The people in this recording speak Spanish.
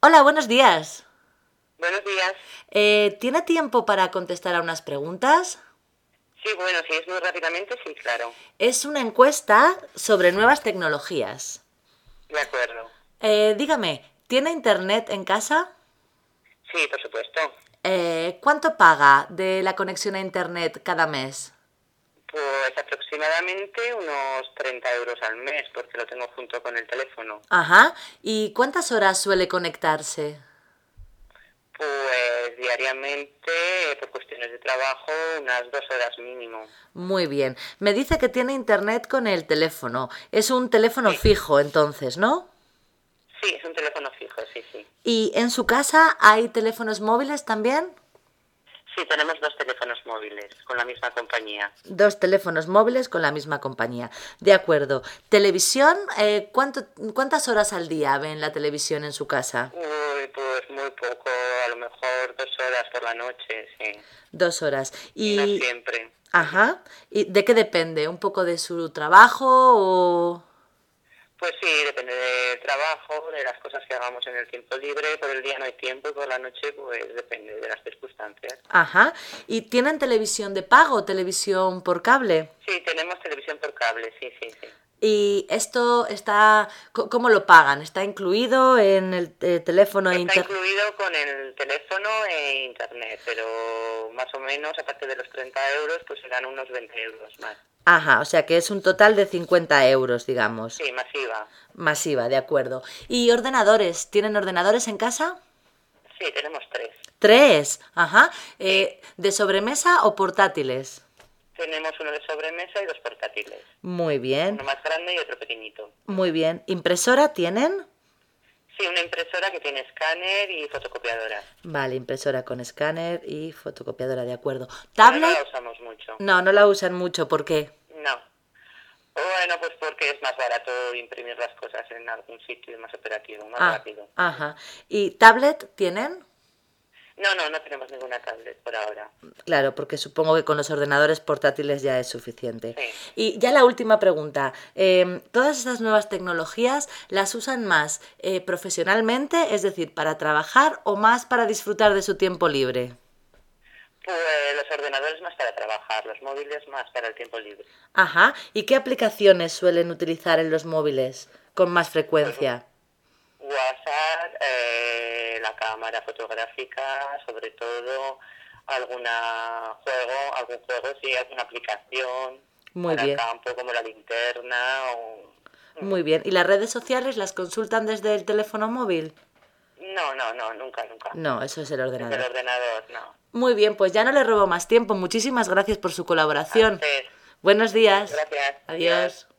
Hola, buenos días. Buenos días. Eh, ¿Tiene tiempo para contestar a unas preguntas? Sí, bueno, si es muy rápidamente, sí, claro. Es una encuesta sobre nuevas tecnologías. De acuerdo. Eh, dígame, ¿tiene internet en casa? Sí, por supuesto. Eh, ¿Cuánto paga de la conexión a internet cada mes? Pues aproximadamente unos 30 euros al mes, porque lo tengo junto con el teléfono. Ajá. ¿Y cuántas horas suele conectarse? Pues diariamente, eh, por cuestiones de trabajo, unas dos horas mínimo. Muy bien. Me dice que tiene internet con el teléfono. Es un teléfono fijo, entonces, ¿no? Sí, es un teléfono fijo, sí, sí. ¿Y en su casa hay teléfonos móviles también? Sí, tenemos dos teléfonos móviles con la misma compañía. Dos teléfonos móviles con la misma compañía. De acuerdo. ¿Televisión? Eh, ¿cuánto- ¿Cuántas horas al día ven la televisión en su casa? Uy, pues muy poco, a lo mejor dos horas por la noche, sí. Dos horas. No ¿Y, siempre. ajá. ¿Y de qué depende? ¿Un poco de su trabajo o...? Pues sí, depende del trabajo, de las cosas que hagamos en el tiempo libre. Por el día no hay tiempo y por la noche, pues depende de las circunstancias. Ajá. ¿Y tienen televisión de pago, televisión por cable? Sí, tenemos televisión por cable, sí, sí, sí. ¿Y esto está... co- ¿Cómo lo pagan? ¿Está incluido en el eh, teléfono e Está internet? incluido con el teléfono e internet, pero más o menos, aparte de los 30 euros, pues serán unos 20 euros más. Ajá, o sea que es un total de 50 euros, digamos. Sí, masiva. Masiva, de acuerdo. ¿Y ordenadores? ¿Tienen ordenadores en casa? Sí, tenemos tres. Tres, ajá. Eh, ¿De sobremesa o portátiles? Tenemos uno de sobremesa y dos portátiles. Muy Uno bien, más grande y otro pequeñito. muy bien. ¿Impresora tienen? Sí, una impresora que tiene escáner y fotocopiadora. Vale, impresora con escáner y fotocopiadora, de acuerdo. Pero No la ¿Tablet? usamos mucho. No, no la usan mucho, ¿por qué? No. Bueno, pues porque es más barato imprimir las cosas en algún sitio y más operativo, más Ah, rápido. ajá. ¿Y tablet tienen? No, no, no tenemos ninguna tablet por ahora. Claro, porque supongo que con los ordenadores portátiles ya es suficiente. Sí. Y ya la última pregunta. eh, ¿Todas estas nuevas tecnologías las usan más eh, profesionalmente, es decir, para trabajar o más para disfrutar de su tiempo libre? Pues los ordenadores más para trabajar, los móviles más para el tiempo libre. Ajá. ¿Y qué aplicaciones suelen utilizar en los móviles con más frecuencia? WhatsApp, eh, la cámara fotográfica, sobre todo, alguna juego, algún juego, sí, alguna aplicación Muy para bien. campo como la linterna o... Muy bien. ¿Y las redes sociales las consultan desde el teléfono móvil? No, no, no, nunca, nunca. No, eso es el Del ordenador. ordenador, no. Muy bien, pues ya no le robo más tiempo. Muchísimas gracias por su colaboración. Entonces, Buenos días. Gracias. Adiós.